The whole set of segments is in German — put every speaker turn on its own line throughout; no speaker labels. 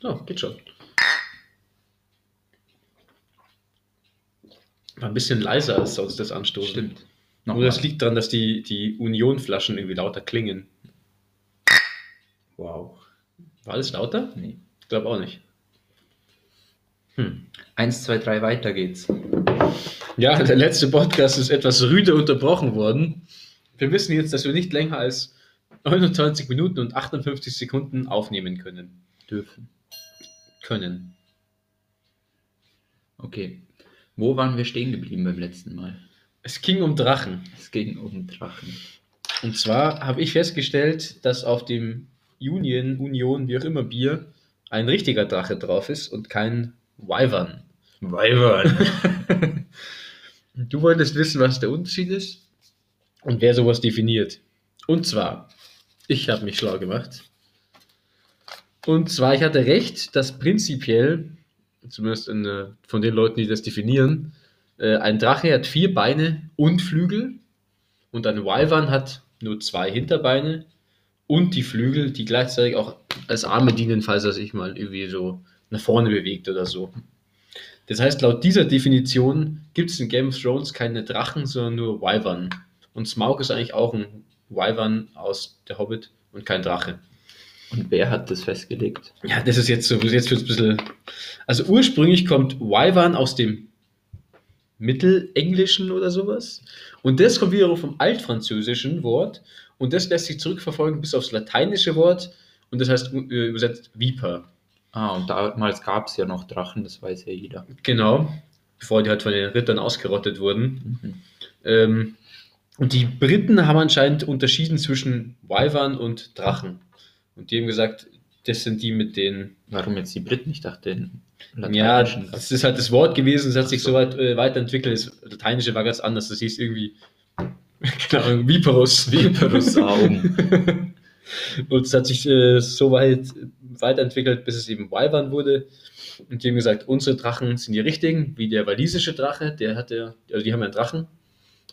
Ja, geht schon. War ein bisschen leiser als sonst das Anstoßen.
Stimmt.
Nur das liegt daran, dass die, die Union-Flaschen irgendwie lauter klingen.
Wow.
War alles lauter?
Nee.
Ich glaube auch nicht. Hm.
Eins, zwei, drei, weiter geht's.
Ja, der letzte Podcast ist etwas rüde unterbrochen worden. Wir wissen jetzt, dass wir nicht länger als 29 Minuten und 58 Sekunden aufnehmen können.
Dürfen.
Können.
Okay. Wo waren wir stehen geblieben beim letzten Mal?
Es ging um Drachen.
Es ging um Drachen.
Und zwar habe ich festgestellt, dass auf dem Union, Union, wie auch immer Bier, ein richtiger Drache drauf ist und kein Wyvern.
Weibern.
Du wolltest wissen, was der Unterschied ist und wer sowas definiert. Und zwar, ich habe mich schlau gemacht. Und zwar, ich hatte recht, dass prinzipiell, zumindest in, äh, von den Leuten, die das definieren, äh, ein Drache hat vier Beine und Flügel und ein Wyvern hat nur zwei Hinterbeine und die Flügel, die gleichzeitig auch als Arme dienen, falls er sich mal irgendwie so nach vorne bewegt oder so. Das heißt, laut dieser Definition gibt es in Game of Thrones keine Drachen, sondern nur Wyvern. Und Smaug ist eigentlich auch ein Wyvern aus der Hobbit und kein Drache.
Und wer hat das festgelegt?
Ja, das ist jetzt so, jetzt wird's ein bisschen. Also ursprünglich kommt Wyvern aus dem Mittelenglischen oder sowas. Und das kommt wiederum vom altfranzösischen Wort. Und das lässt sich zurückverfolgen bis aufs lateinische Wort. Und das heißt äh, übersetzt Viper.
Ah, und damals gab es ja noch Drachen, das weiß ja jeder.
Genau. Bevor die halt von den Rittern ausgerottet wurden.
Mhm.
Ähm, und die Briten haben anscheinend unterschieden zwischen Wyvern und Drachen. Und die haben gesagt, das sind die mit den.
Warum jetzt die Briten? Ich dachte, den
Ja,
lateinischen Drachen.
das ist halt das Wort gewesen, das hat
Ach
sich
so.
so weit äh, weiterentwickelt. Das Lateinische war ganz anders. Das hieß irgendwie. Keine Ahnung, Viperus.
Viperus Augen.
Und es hat sich äh, so weit weiterentwickelt, bis es eben Wyvern wurde. Und die haben gesagt, unsere Drachen sind die richtigen, wie der walisische Drache, der hat ja, also die haben ja einen Drachen.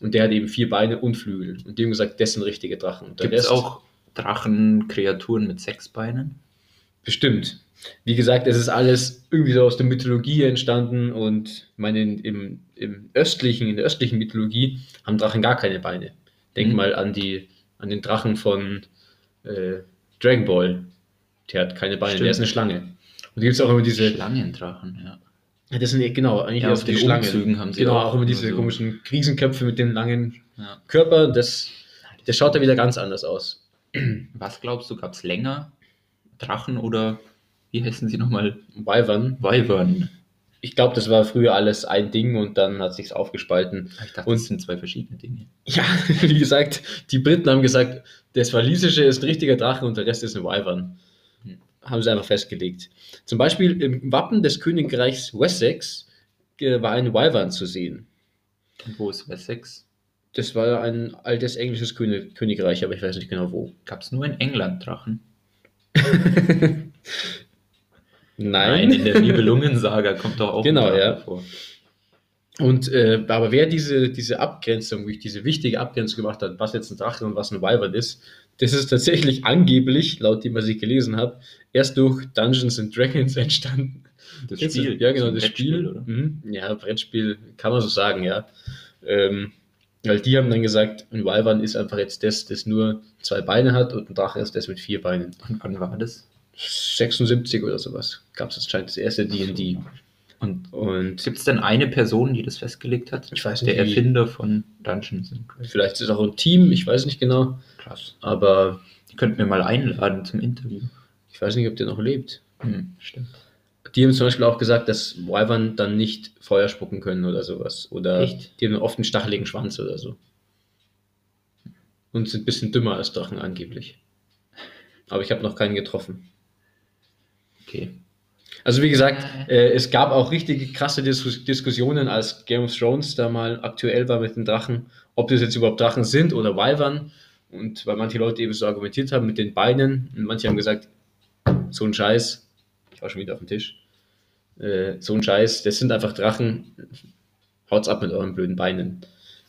Und der hat eben vier Beine und Flügel. Und die haben gesagt, das sind richtige Drachen. Und der
Gibt es
Rest-
auch Drachenkreaturen mit sechs Beinen?
Bestimmt. Wie gesagt, es ist alles irgendwie so aus der Mythologie entstanden und ich meine, in- im, im östlichen, in der östlichen Mythologie haben Drachen gar keine Beine. Denk
Mhm.
mal an die, an den Drachen von äh, Dragon Ball. Der hat keine Beine, der
Stimmt.
ist eine Schlange. Und da gibt es auch immer diese.
Schlangendrachen, ja.
Ja, das sind genau, eigentlich
Ja,
erst
auf
die
den
Schlangen.
Umzügen haben sie
genau,
auch
auch immer
immer
diese
so.
komischen Krisenköpfe mit dem langen
ja.
Körper. Das, das schaut da wieder ganz anders aus.
Was glaubst du, gab es länger? Drachen oder wie heißen sie nochmal?
Wyvern.
Weibern.
Ich glaube, das war früher alles ein Ding und dann hat sich's aufgespalten.
Ich dachte,
Und-
das sind zwei verschiedene Dinge.
Ja, wie gesagt, die Briten haben gesagt, das Walisische ist ein richtiger Drache und der Rest ist ein Wyvern.
Hm.
Haben sie einfach festgelegt. Zum Beispiel im Wappen des Königreichs Wessex äh, war ein Wyvern zu sehen.
Und wo ist Wessex?
Das war ein altes englisches König Königreich, aber ich weiß nicht genau wo.
Gab es nur in England Drachen?
Nein.
in der Nibelungen-Saga kommt doch auch
Genau,
ein Drache
ja.
vor.
Und äh, aber wer diese, diese Abgrenzung, wirklich diese wichtige Abgrenzung gemacht hat, was jetzt ein Drache und was ein Weibern ist, das ist tatsächlich angeblich, laut dem, was ich gelesen habe, erst durch Dungeons and Dragons entstanden.
Das
Kennst
Spiel.
du- Ja, genau,
ein
das
Brettspiel,
Spiel.
oder?
Mhm. Ja, Brettspiel kann man so sagen, ja. Ähm, weil die haben dann gesagt, ein Weibern ist einfach jetzt das, das nur zwei Beine hat und ein Drache ist das mit vier Beinen.
Und wann war das?
76 oder sowas gab es anscheinend das erste D&D.
Und
Und
gibt es denn eine Person, die das festgelegt hat?
Ich weiß
Der
nicht, wie-
Erfinder von Dungeons and Dragons.
vielleicht ist es auch ein Team, ich weiß nicht genau,
Krass.
aber
Die könnten wir mal einladen zum Interview.
Ich weiß nicht, ob der noch lebt.
Hm, stimmt.
Die haben zum Beispiel auch gesagt, dass Wyvern dann nicht Feuer spucken können oder sowas. Oder
Echt?
die haben oft einen stacheligen Schwanz oder so. Und sind ein bisschen dümmer als Drachen angeblich. Aber ich habe noch keinen getroffen.
Okay.
Also wie gesagt, äh, es gab auch richtige krasse Diskus Diskussionen, als Game of Thrones da mal aktuell war mit den Drachen, ob das jetzt überhaupt Drachen sind oder Wyvern. Und weil manche Leute eben so argumentiert haben mit den Beinen und manche haben gesagt, so ein Scheiß, ich war schon wieder auf dem Tisch, äh, so ein Scheiß, das sind einfach Drachen, haut's ab mit euren blöden Beinen.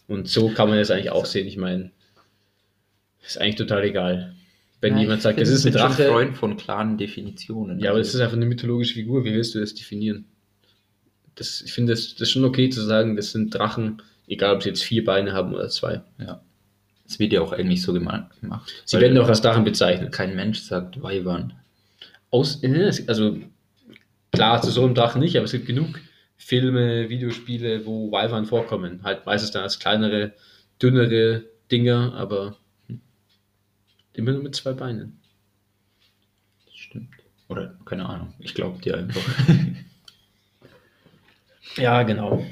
Und so kann man das eigentlich auch sehen, ich meine, ist eigentlich total egal. Wenn
Nein,
jemand
ich
sagt,
bin-
es ist ein
bin schon
Drache.
Freund von klaren Definitionen.
Ja, aber es ist einfach eine mythologische Figur. Wie willst du das definieren? Das, ich finde das, das ist schon okay zu sagen, das sind Drachen, egal ob sie jetzt vier Beine haben oder zwei.
Es wird ja auch eigentlich so gema- gemacht.
Sie
Weil
werden auch als Drachen bezeichnet.
halt, Kein Mensch sagt Weibern.
Aus, äh, es- also klar, zu so einem Drachen nicht, aber es gibt genug Filme, Videospiele, wo Weibern vorkommen. Halt meistens dann als kleinere, dünnere Dinger, aber immer nur mit zwei Beinen.
Das stimmt. Oder keine Ahnung. Ich glaube dir einfach.
Ja, genau.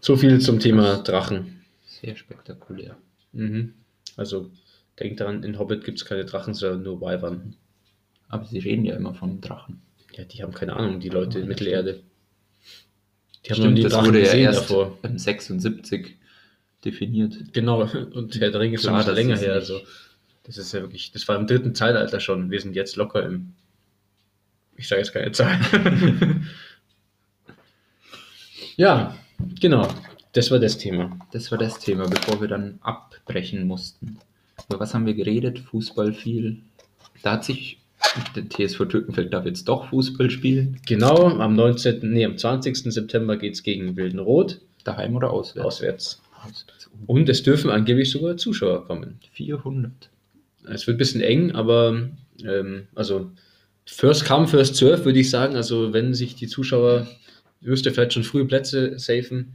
So viel zum Thema Drachen.
Sehr spektakulär.
Mhm. Also, denkt daran, in Hobbit gibt es keine Drachen, sondern nur Weibern.
Aber sie reden ja immer von Drachen.
Ja, die haben keine Ahnung, die Leute in Mittelerde. Die haben noch
Stimmt,
nie
das
Drachen
wurde ja
gesehen
erst
davor.
davor. 76 definiert.
Genau, und Herr der Ringe ist schon
Klar,
wieder
das
länger
ist
her.
nicht-
Also, das ist ja wirklich, das war im dritten Zeitalter schon. Wir sind jetzt locker im. Ich sage jetzt keine Zahl. ja, genau. Das war das Thema.
Das war das Thema, bevor wir dann abbrechen mussten. Über was haben wir geredet? Fußball viel. Da hat sich der TSV Türkenfeld darf jetzt doch Fußball spielen.
Genau, am 19. Nee, am 20. September geht es gegen Wildenroth
Daheim oder auswärts?
auswärts.
auswärts.
Und es dürfen angeblich sogar Zuschauer kommen.
400.
Es wird ein bisschen eng, aber ähm, also first come, first serve würde ich sagen. Also wenn sich die Zuschauer, wirst du vielleicht schon früh Plätze safen,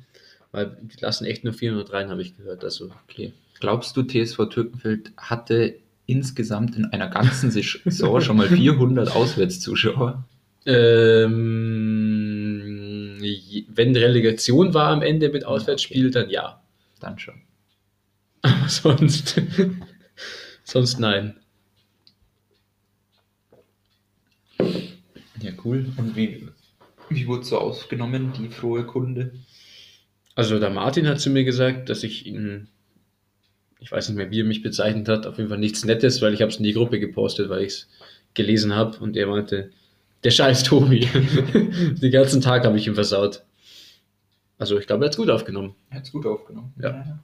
weil die lassen echt nur 400 rein, habe ich gehört. Also
Okay. Glaubst du, TSV Türkenfeld hatte insgesamt in einer ganzen Saison schon mal 400 Auswärtszuschauer?
ähm, je- wenn Relegation war am Ende mit Auswärtsspiel, dann ja.
Dann schon.
Aber sonst, sonst nein.
Ja, cool. Und wie, wie wurde so aufgenommen, die frohe Kunde?
Also der Martin hat zu mir gesagt, dass ich ihn, ich weiß nicht mehr, wie er mich bezeichnet hat, auf jeden Fall nichts Nettes, weil ich habe es in die Gruppe gepostet, weil ich es gelesen habe und er meinte, der scheiß Tobi. den ganzen Tag habe ich ihn versaut. Also ich glaube, er hat es gut aufgenommen.
Er hat es gut aufgenommen.
Ja.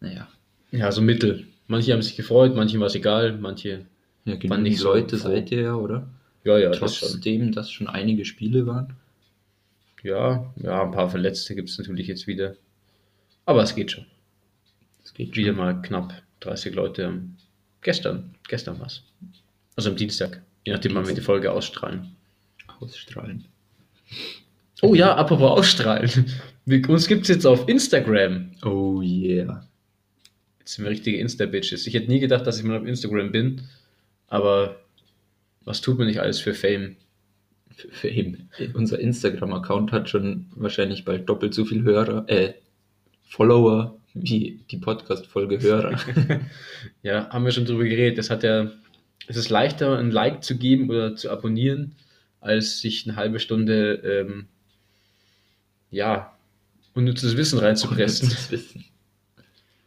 Naja.
Ja, so Mittel. Manche haben sich gefreut, manchen war es egal, manche,
Ja,
Waren
genügend
nicht so
Leute
froh.
seid ihr ja, oder?
ja, ja, das schon.
Trotzdem, dass schon einige Spiele waren.
Ja, ja, ein paar Verletzte gibt es natürlich jetzt wieder. Aber es geht schon.
Das geht
Wieder mal knapp 30 Leute. am- Gestern, gestern war es. Also am Dienstag, je nachdem, wann wir die Folge ausstrahlen.
Ausstrahlen.
Oh ja, apropos ausstrahlen. Wir, uns gibt es jetzt auf Instagram.
Oh yeah.
Jetzt sind wir richtige Insta-Bitches. Ich hätte nie gedacht, dass ich mal auf Instagram bin. Aber was tut man nicht alles für Fame?
Für, für ihn. Unser Instagram-Account hat schon wahrscheinlich bald doppelt so viel Hörer, äh, Follower wie die Podcast-Folge Hörer.
Ja, haben wir schon drüber geredet. Es hat ja, es ist leichter, ein Like zu geben oder zu abonnieren, als sich eine halbe Stunde, ähm, ja, unnützes Wissen reinzupressen.
Das wissen.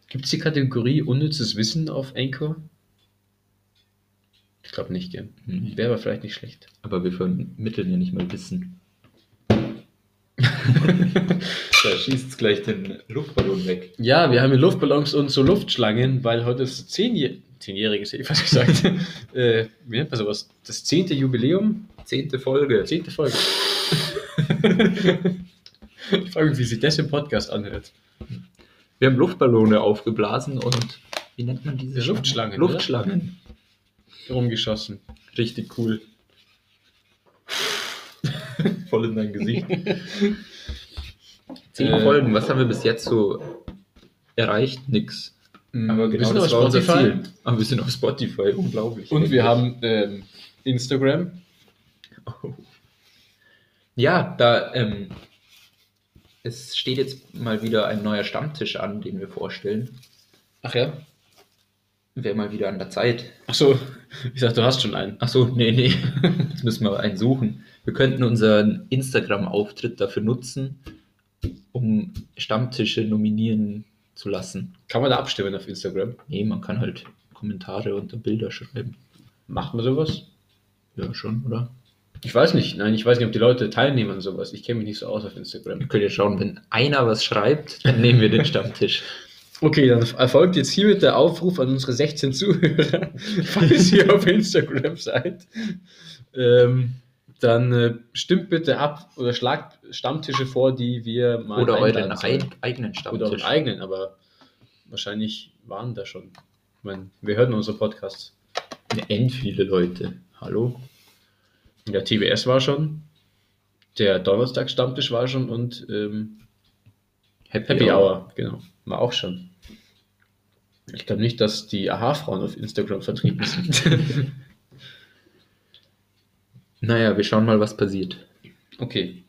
Gibt es die Kategorie unnützes Wissen auf Anchor? Ich glaube nicht, gell.
Nee.
Wäre aber vielleicht nicht schlecht.
Hm. Aber wir vermitteln ja nicht mal Wissen. da schießt gleich den Luftballon weg.
Ja, wir haben hier Luftballons und so Luftschlangen, weil heute ist zehnjährige, zehnjähriges, hätte ich fast gesagt, äh, wie nennt man sowas? Das zehnte Jubiläum
Zehnte Folge.
Zehnte Folge. ich frage mich, wie sich das im Podcast anhört.
Wir haben Luftballone aufgeblasen und wie nennt man diese?
Ja, Luftschlangen, oder?
Luftschlangen.
Rumgeschossen.
Richtig cool. Voll in dein Gesicht. Zehn
Äh,
Folgen, was haben wir bis jetzt so erreicht? Nix.
Aber genau, wir sind
das
auf
war unser
Spotify
Ziel. Aber wir sind auf Spotify, unglaublich.
und wir haben ähm, Instagram.
Ja, da ähm, es steht jetzt mal wieder ein neuer Stammtisch an, den wir vorstellen.
Ach ja.
Wäre mal wieder an der Zeit.
Ach so, ich dachte, du hast schon einen.
Achso, nee, nee. Jetzt müssen wir einen suchen. Wir könnten unseren Instagram-Auftritt dafür nutzen, um Stammtische nominieren zu lassen.
Kann man da abstimmen auf Instagram?
Nee, man kann halt Kommentare unter Bilder schreiben.
Macht man sowas?
Ja, schon, oder?
Ich weiß nicht. Nein, ich weiß nicht, ob die Leute teilnehmen an sowas. Ich kenne mich nicht so aus auf Instagram.
Wir können ja schauen, wenn einer was schreibt, dann nehmen wir den Stammtisch.
Okay, dann erfolgt jetzt hiermit der Aufruf an unsere 16 Zuhörer, falls ihr auf Instagram seid. Ähm, dann äh, stimmt bitte ab oder schlagt Stammtische vor, die wir mal
Oder euren
einladen sollen.
ei- eigenen
Oder euren
Stammtisch.
eigenen, aber wahrscheinlich waren da schon. Ich meine, wir hören unsere Podcasts.
End viele Leute. Hallo?
Ja, TBS war schon, der Donnerstag-Stammtisch war schon und ähm, Happy Hour, genau, war auch schon. Ich glaube nicht, dass die AHA-Frauen auf Instagram vertreten sind.
Naja, wir schauen mal, was passiert.
okay,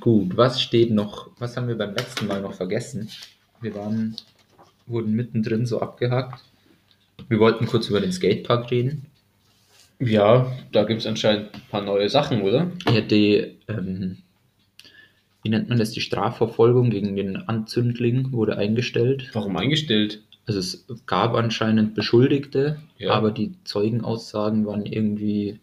Gut, was steht noch? Was haben wir beim letzten Mal noch vergessen? Wir waren, wurden mittendrin so abgehakt. Wir wollten kurz über den Skatepark reden.
ja, da gibt es anscheinend ein paar neue Sachen, oder?
Ja, die, ähm, wie nennt man das? Die Strafverfolgung gegen den Anzündling wurde eingestellt.
Warum eingestellt?
Also es gab anscheinend Beschuldigte,
Ja.
aber die Zeugenaussagen waren irgendwie.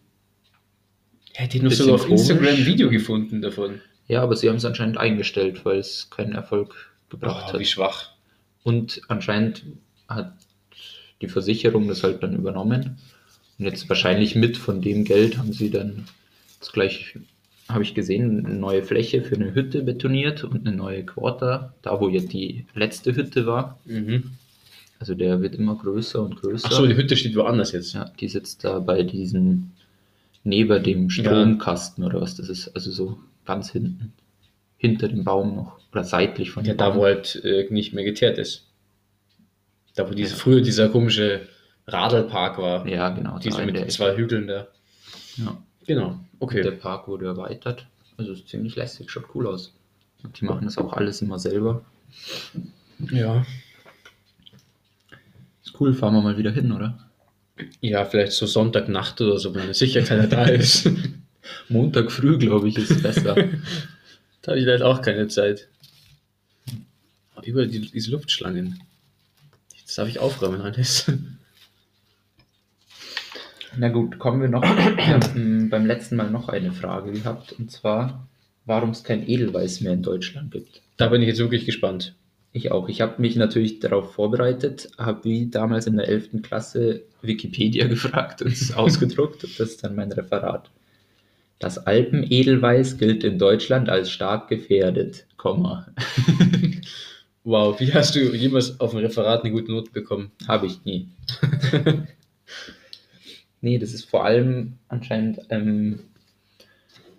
Hätte ich noch
Bisschen
sogar auf
komisch.
Instagram ein Video gefunden davon.
Ja, aber sie haben es anscheinend eingestellt, weil es keinen Erfolg gebracht
Ach,
hat.
Ah, wie schwach.
Und anscheinend hat die Versicherung das halt dann übernommen. Und jetzt wahrscheinlich mit von dem Geld haben sie dann jetzt gleich, habe ich gesehen, eine neue Fläche für eine Hütte betoniert und eine neue Quarter, da wo jetzt die letzte Hütte war.
Mhm.
Also der wird immer größer und größer.
Achso, die Hütte steht woanders jetzt.
ja, die sitzt da bei diesem, neben dem Stromkasten oder was das ist. Also so ganz hinten. Hinter dem Baum noch. Oder seitlich von
Ja,
dem
da
Baum.
wo halt äh, nicht mehr geteert ist. Da wo diese,
Ja.
früher dieser komische Radlpark war.
Ja, genau.
Diese
da in
mit
der
den
Ecke.
zwei Hügeln da.
Ja.
Genau.
Der
Okay.
Park wurde erweitert. Also ist ziemlich lästig, schaut cool aus. Und die machen das auch alles immer selber.
Ja.
Ist cool, fahren wir mal wieder hin, oder?
Ja, vielleicht so Sonntagnacht oder so, wenn sicher keiner da ist.
Montag früh, glaube ich, ist besser.
da habe ich leider auch keine Zeit. Aber Über die, diese Luftschlangen. Jetzt darf ich aufräumen alles.
Na gut, kommen wir noch. Wir haben beim letzten Mal noch eine Frage gehabt. Und zwar, warum es kein Edelweiß mehr in Deutschland gibt.
Da bin ich jetzt wirklich gespannt.
Ich auch. Ich habe mich natürlich darauf vorbereitet, habe wie damals in der 11. Klasse Wikipedia gefragt und es ausgedruckt. Und das ist dann mein Referat. Das Alpenedelweiß gilt in Deutschland als stark gefährdet, Komma.
Wow, wie hast du jemals auf dem Referat eine gute Note bekommen?
Habe ich nie. nee, das ist vor allem anscheinend ähm,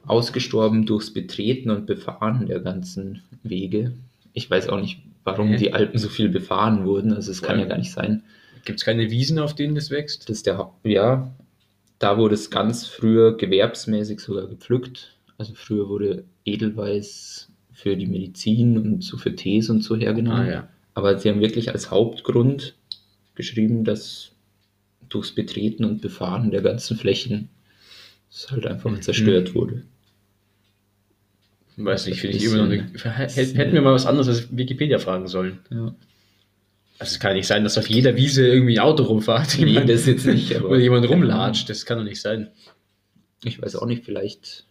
ausgestorben durchs Betreten und Befahren der ganzen Wege. Ich weiß auch nicht, warum
Hä?
die Alpen so viel befahren wurden. Also es kann ja
allem-
gar nicht sein.
Gibt es keine Wiesen, auf denen das wächst?
Das ist der Haupt, ja, da wurde es ganz früher gewerbsmäßig sogar gepflückt. Also früher wurde Edelweiß für die Medizin und so für Tees und so hergenommen.
Ah,
Aber sie haben wirklich als Hauptgrund geschrieben, dass durchs Betreten und Befahren der ganzen Flächen es halt einfach
Mhm.
zerstört wurde.
Weiß nicht, finde ich
Bisschen-
immer noch eine, hätten hätten wir mal was anderes als Wikipedia fragen sollen.
Ja.
Also es kann nicht sein, dass auf jeder Wiese irgendwie ein Auto rumfährt. Ich
Nee,
meine,
das ist jetzt nicht, aber-
oder jemand rumlatscht, das kann doch nicht sein.
Ich weiß auch nicht, vielleicht,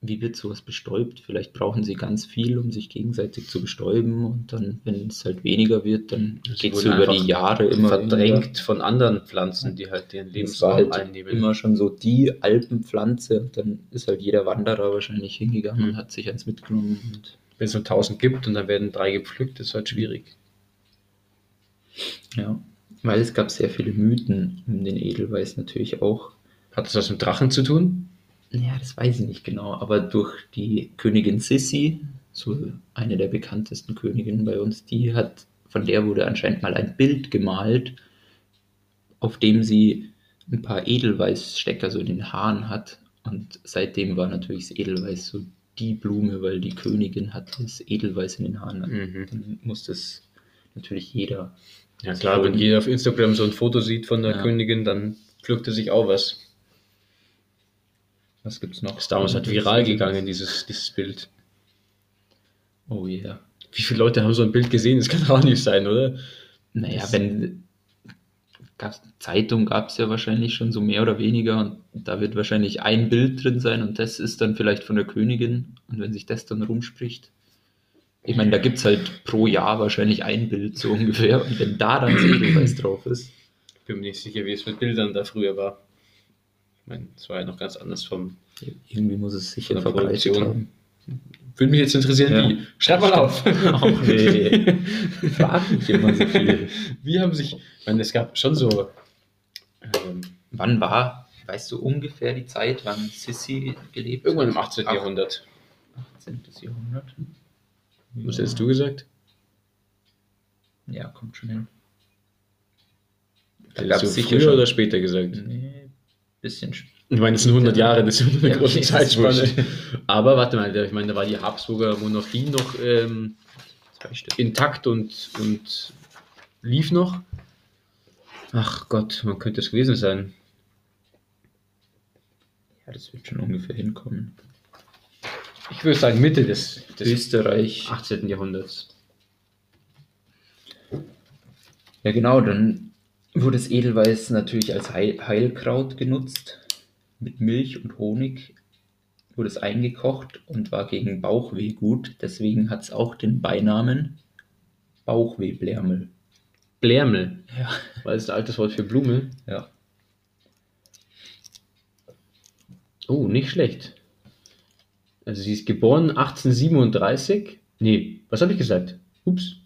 wie wird sowas bestäubt? Vielleicht brauchen sie ganz viel, um sich gegenseitig zu bestäuben und dann, wenn es halt weniger wird, dann
Sie
geht es
wurden
über
einfach
die Jahre immer weniger.
Verdrängt von anderen Pflanzen, die halt den
Es war
Lebensraum
halt
einnehmen.
immer schon so die Alpenpflanze und dann ist halt jeder Wanderer wahrscheinlich hingegangen
Mhm.
und hat sich eins mitgenommen und
Wenn es nur 1000 gibt und dann werden drei gepflückt, ist halt schwierig.
Ja, weil es gab sehr viele Mythen um den Edelweiß natürlich auch.
Hat das was mit Drachen zu tun?
Ja, das weiß ich nicht genau, aber durch die Königin Sissi, so eine der bekanntesten Königinnen bei uns, die hat, von der wurde anscheinend mal ein Bild gemalt, auf dem sie ein paar Edelweißstecker so in den Haaren hat. Und seitdem war natürlich das Edelweiß so die Blume, weil die Königin hatte das Edelweiß in den Haaren.
Mhm.
Dann muss das natürlich jeder
Ja klar, wenn jeder auf Instagram so ein Foto sieht von der
Ja.
Königin, dann pflückt er sich auch was.
Was gibt's noch?
Ist damals halt viral gegangen, dieses, dieses Bild.
Oh ja. Yeah.
Wie viele Leute haben so ein Bild gesehen? Das kann auch nicht sein, oder?
Naja,
Das-
wenn gab's, Zeitung gab es ja wahrscheinlich schon so mehr oder weniger und da wird wahrscheinlich ein Bild drin sein und das ist dann vielleicht von der Königin und wenn sich das dann rumspricht, Ich meine, da gibt es halt pro Jahr wahrscheinlich ein Bild so ungefähr. Und wenn da dann Edelweiß drauf ist.
Bin mir nicht sicher, wie es mit Bildern da früher war. Ich meine, es war ja noch ganz anders vom.
Irgendwie muss es sicher
Von der
verbreitet
Produktion.
haben.
Würde mich jetzt interessieren,
Ja.
wie. Schreib mal auf!
Auch nee. Frag mich immer so viel.
Wie haben sich. Ich meine, es gab schon so. Ähm,
Wann war, weißt du ungefähr die Zeit, wann Sissi gelebt hat?
irgendwann im 18.
Ach.
Jahrhundert.
18. Jahrhundert.
Was hättest du gesagt?
Ja, kommt schon hin. Da
Hättest
gab
du
es sicher
früher
schon.
oder später gesagt?
Nee, bisschen sp-
Ich meine, es sind 100 Jahre, das ist eine große
Ja, okay, das ist
Zeitspanne.
wurscht.
Aber warte mal, ich meine, da war die Habsburger Monarchie noch ähm,
Zwei Stück.
intakt und, und lief noch. Ach Gott, man könnte es gewesen sein.
Ja, das wird schon ungefähr hinkommen.
Ich würde sagen Mitte des, des
Österreich.
18. Jahrhunderts.
Ja, genau, dann wurde das Edelweiß natürlich als Heil Heilkraut genutzt. Mit Milch und Honig wurde es eingekocht und war gegen Bauchweh gut. Deswegen hat es auch den Beinamen Bauchwehblärmel.
Blärmel,
Ja.
weil es ist ein altes Wort für Blume.
ja.
Oh, nicht schlecht. Also sie ist geboren 1837. Nee, was habe ich gesagt? Ups.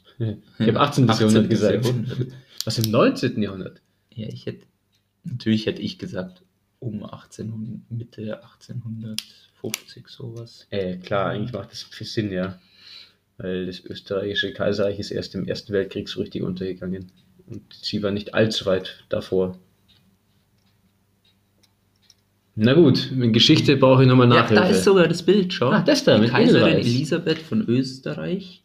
Ich habe 18. Jahrhundert gesagt.
Jahrhundert.
Was im 19. Jahrhundert?
Ja, ich hätte, natürlich hätte ich gesagt, um 1800, Mitte 1850 sowas.
Äh, klar, eigentlich macht das viel Sinn, ja. Weil das österreichische Kaiserreich ist erst im Ersten Weltkrieg so richtig untergegangen. Und sie war nicht allzu weit davor. Na gut, in Geschichte brauche ich nochmal
Ja,
Nachhilfe.
da ist sogar das Bild, schau.
Ah, das da,
Die
mit
Kaiserin
Edelweiß.
Elisabeth von Österreich.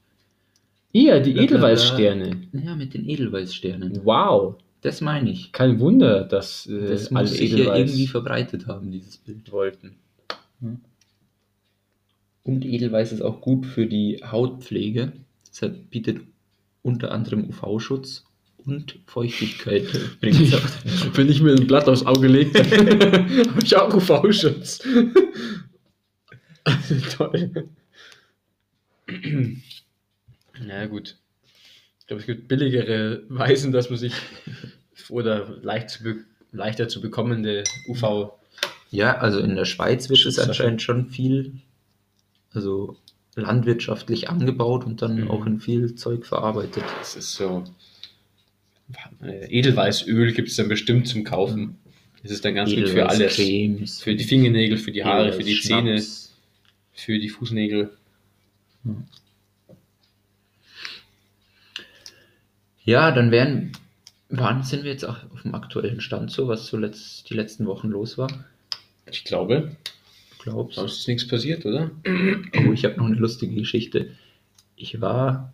ja, die
Blablabla.
Edelweißsterne.
Ja, mit den Edelweißsternen.
Wow,
Das meine ich.
kein Wunder, dass äh,
Das
alle
muss sich hier
Edelweiß
irgendwie verbreitet haben, dieses Bild.
wollten.
Und Edelweiß ist auch gut für die Hautpflege. Deshalb bietet unter anderem UV-Schutz und Feuchtigkeit. Bringt's auch.
Wenn ich mir ein Blatt aufs Auge lege, habe ich auch UV-Schutz. Toll. Na gut. Ich glaube, es gibt billigere Weisen, dass man sich oder leicht zu be leichter zu bekommende UV.
ja, also in der Schweiz wird es
Schutzsache.
anscheinend schon viel, also landwirtschaftlich angebaut und dann
Mhm.
auch in viel Zeug verarbeitet.
Das ist so. äh, Edelweißöl gibt es dann bestimmt zum
Ähm,
Kaufen. Das ist dann ganz gut für alles.
Edelweißcremes,
Für die Fingernägel, für die Haare, für die Zähne,
Edelweißschnaps.
für die Fußnägel.
Ja, dann wären, wann sind wir jetzt auch auf dem aktuellen Stand so, was zuletzt die letzten Wochen los war?
Ich glaube,
Glaubst du?
sonst ist nichts passiert, oder?
Oh, ich habe noch eine lustige Geschichte. Ich war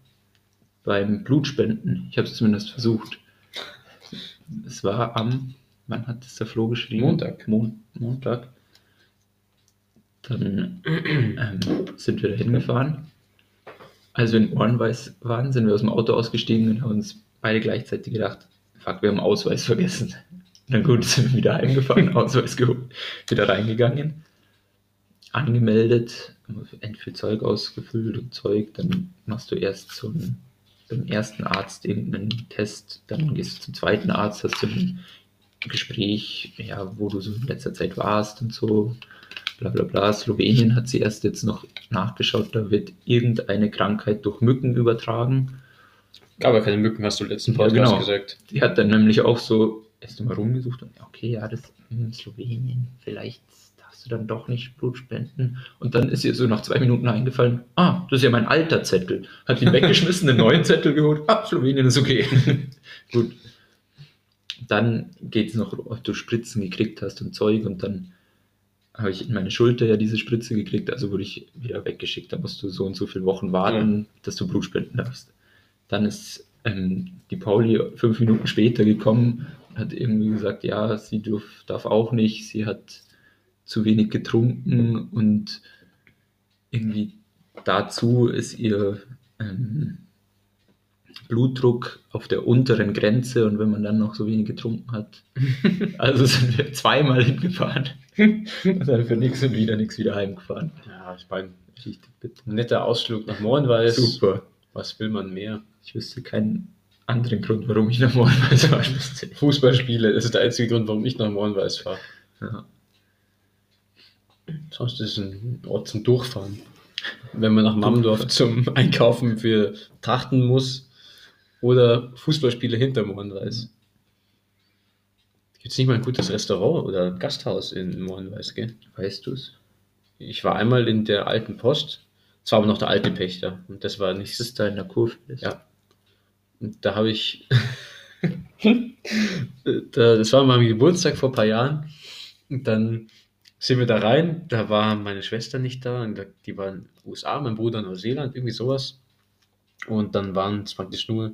beim Blutspenden. Ich habe es zumindest versucht. Es war am, wann hat es der Flo geschrieben?
Montag.
Mon Montag. Dann ähm, sind wir da hingefahren. Als wir in Ohrenweiß waren, sind wir aus dem Auto ausgestiegen und haben uns beide gleichzeitig gedacht, fuck, wir haben Ausweis vergessen. Na gut, sind wir wieder heimgefahren, Ausweis geholt, wieder reingegangen angemeldet, end für Zeug ausgefüllt und Zeug, dann machst du erst so einen, beim ersten Arzt irgendeinen Test, dann gehst du zum zweiten Arzt, hast du ein Gespräch, ja, wo du so in letzter Zeit warst und so, bla bla bla. Slowenien hat sie erst jetzt noch nachgeschaut, da wird irgendeine Krankheit durch Mücken übertragen.
Gab ja keine Mücken, hast du letzten
Ja,
Podcast
genau.
gesagt.
Die hat dann nämlich auch so erst mal rumgesucht und okay, ja, das hm, Slowenien, vielleicht darfst du dann doch nicht Blut spenden. Und dann ist ihr so nach zwei Minuten eingefallen, ah, das ist ja mein alter Zettel. Hat ihn weggeschmissen, einen neuen Zettel geholt, ah, Slowenien ist okay. Gut. Dann geht es noch, ob du Spritzen gekriegt hast und Zeug und dann habe ich in meine Schulter ja diese Spritze gekriegt, also wurde ich wieder weggeschickt. Da musst du so und so viele Wochen warten, dass du Blut spenden darfst dann ist ähm, die Pauli fünf Minuten später gekommen und hat irgendwie gesagt, ja, sie dürf, darf auch nicht, sie hat zu wenig getrunken und irgendwie dazu ist ihr ähm, Blutdruck auf der unteren Grenze und wenn man dann noch so wenig getrunken hat, also sind wir zweimal hingefahren. Und dann für nichts und wieder nichts wieder heimgefahren.
Ja, ich meine,
Richtig bitter.
ein netter Ausflug nach Mornweiß.
Super.
Was will man mehr?
Ich wüsste keinen anderen Grund, warum ich nach Mornweiß fahren müsste.
Fußballspiele, das ist der einzige Grund, warum ich nach Mornweiß fahre.
Ja.
Sonst ist es ein Ort zum Durchfahren. Wenn man nach Mammendorf zum Einkaufen für Trachten muss oder Fußballspiele hinter Mohrenweiß. Gibt es nicht mal ein gutes Restaurant oder ein Gasthaus in Mohrenweiß, gell?
Weißt du es?
Ich war einmal in der alten Post, zwar aber noch der alte Pächter und das war
Ist
nicht
es da in der Kurve? ist?
Ja. Und da habe ich, da, das war mal am Geburtstag vor ein paar Jahren. Und dann sind wir da rein. Da war meine Schwester nicht da. Und da- die war in den USA, mein Bruder in Neuseeland, irgendwie sowas. Und dann waren es praktisch nur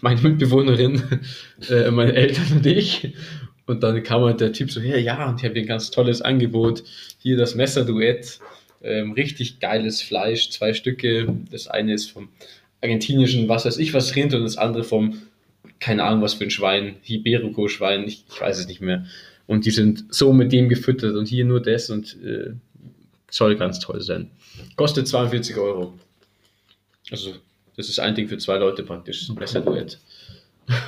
meine Mitbewohnerin, äh, meine Eltern und ich. Und dann kam halt der Typ so her, ja, und ich habe hier ein ganz tolles Angebot. Hier das Messerduett, ähm, richtig geiles Fleisch, zwei Stücke. Das eine ist vom argentinischen, was weiß ich, was Rind und das andere vom, keine Ahnung, was für ein Schwein, Iberico-Schwein, ich, ich weiß es nicht mehr. Und die sind so mit dem gefüttert und hier nur das und äh, soll ganz toll sein. Kostet 42 Euro. Also, das ist ein Ding für zwei Leute praktisch.
Okay.
Besser Duett.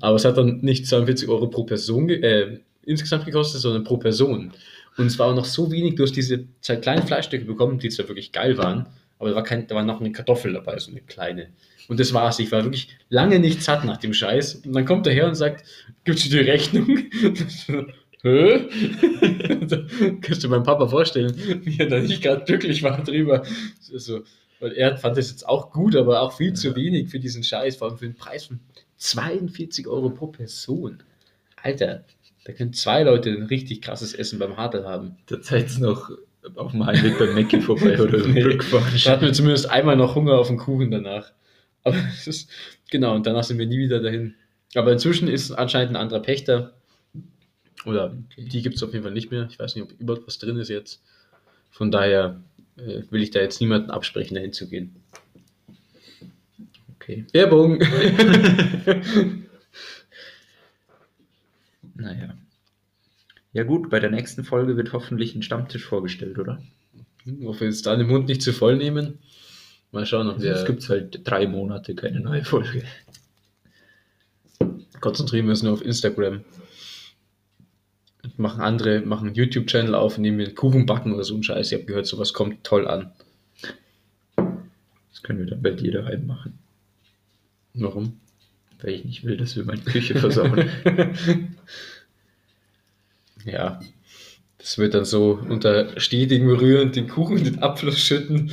Aber es hat dann nicht 42 Euro pro Person ge- äh, insgesamt gekostet, sondern pro Person. Und es war auch noch so wenig, du hast diese zwei kleinen Fleischstücke bekommen, die zwar wirklich geil waren, aber da war, kein, da war noch eine Kartoffel dabei, so eine kleine. Und das war's. Ich war wirklich lange nicht satt nach dem Scheiß. Und dann kommt er her und sagt, gibst du die Rechnung? Hä? Kannst du meinem Papa vorstellen, wie er da nicht gerade glücklich war drüber. So, weil er fand das jetzt auch gut, aber auch viel zu
Ja.
wenig für diesen Scheiß, vor allem für den Preis von 42 Euro pro Person. Alter, da können zwei Leute ein richtig krasses Essen beim Hartl haben.
Derzeit noch auf dem Heimweg bei Mackie vorbei oder
Nee.
nee. rückfahren.
Ich hatte mir zumindest einmal noch Hunger auf den Kuchen danach. Aber es ist, genau, und danach sind wir nie wieder dahin. Aber inzwischen ist anscheinend ein anderer Pächter. Oder die gibt es auf jeden Fall nicht mehr. Ich weiß nicht, ob überhaupt was drin ist jetzt. Von daher äh, will ich da jetzt niemanden absprechen, dahin zu gehen.
Okay.
Werbung!
Naja. Ja gut, bei der nächsten Folge wird hoffentlich ein Stammtisch vorgestellt, oder?
Ob wir jetzt da den Mund nicht zu voll nehmen. Mal schauen, ob
Also Es
wir
gibt halt drei Monate keine neue Folge.
konzentrieren wir uns nur auf Instagram. Und Machen andere, machen einen YouTube-Channel auf, indem wir Kuchen backen oder so ein Scheiß. Ich habe gehört, sowas kommt toll an.
Das können wir dann bei dir daheim machen.
Warum?
Weil ich nicht will, dass wir meine Küche versauen.
ja. Das wird dann so unter stetigem Rühren den Kuchen in den Abfluss schütten.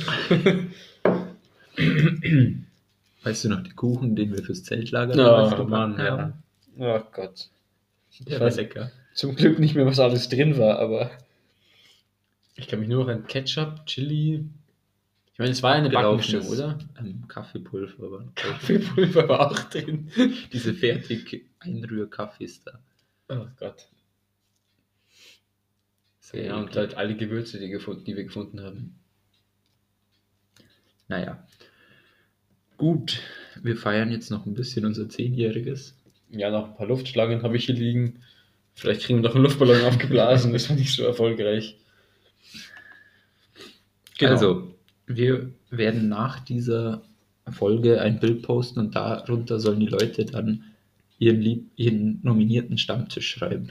weißt du noch, den Kuchen, den wir fürs Zeltlager gemacht haben?
Oh Gott.
Der war lecker.
Zum Glück nicht mehr, was alles drin war, aber. Ich kann mich nur noch an Ketchup, Chili. Ich meine, es war eine Backmischung,
Gelaufenes,
oder?
Ähm, Kaffeepulver. war noch drauf.
Kaffeepulver war auch drin.
Diese fertig Einrührkaffees da.
Oh Gott.
So
Ja, und
eklig.
halt alle Gewürze, die, gefunden, die wir gefunden haben.
Naja. Gut, wir feiern jetzt noch ein bisschen unser Zehnjähriges.
Ja, noch ein paar Luftschlangen habe ich hier liegen. Vielleicht kriegen wir noch einen Luftballon aufgeblasen. Das war nicht so erfolgreich. Genau.
Also, wir werden nach dieser Folge ein Bild posten und darunter sollen die Leute dann ihren, lieb ihren nominierten Stammtisch schreiben.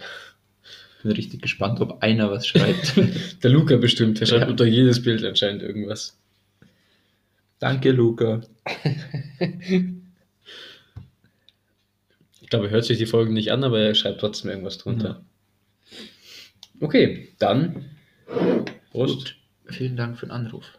Bin richtig gespannt, ob einer was schreibt.
Der Luca bestimmt. Der schreibt
Ja.
unter jedes Bild anscheinend irgendwas.
Danke, Luca.
Ich glaube, er hört sich die Folgen nicht an, aber er schreibt trotzdem irgendwas drunter. Mhm. Okay, dann. Prost.
Vielen Dank für den Anruf.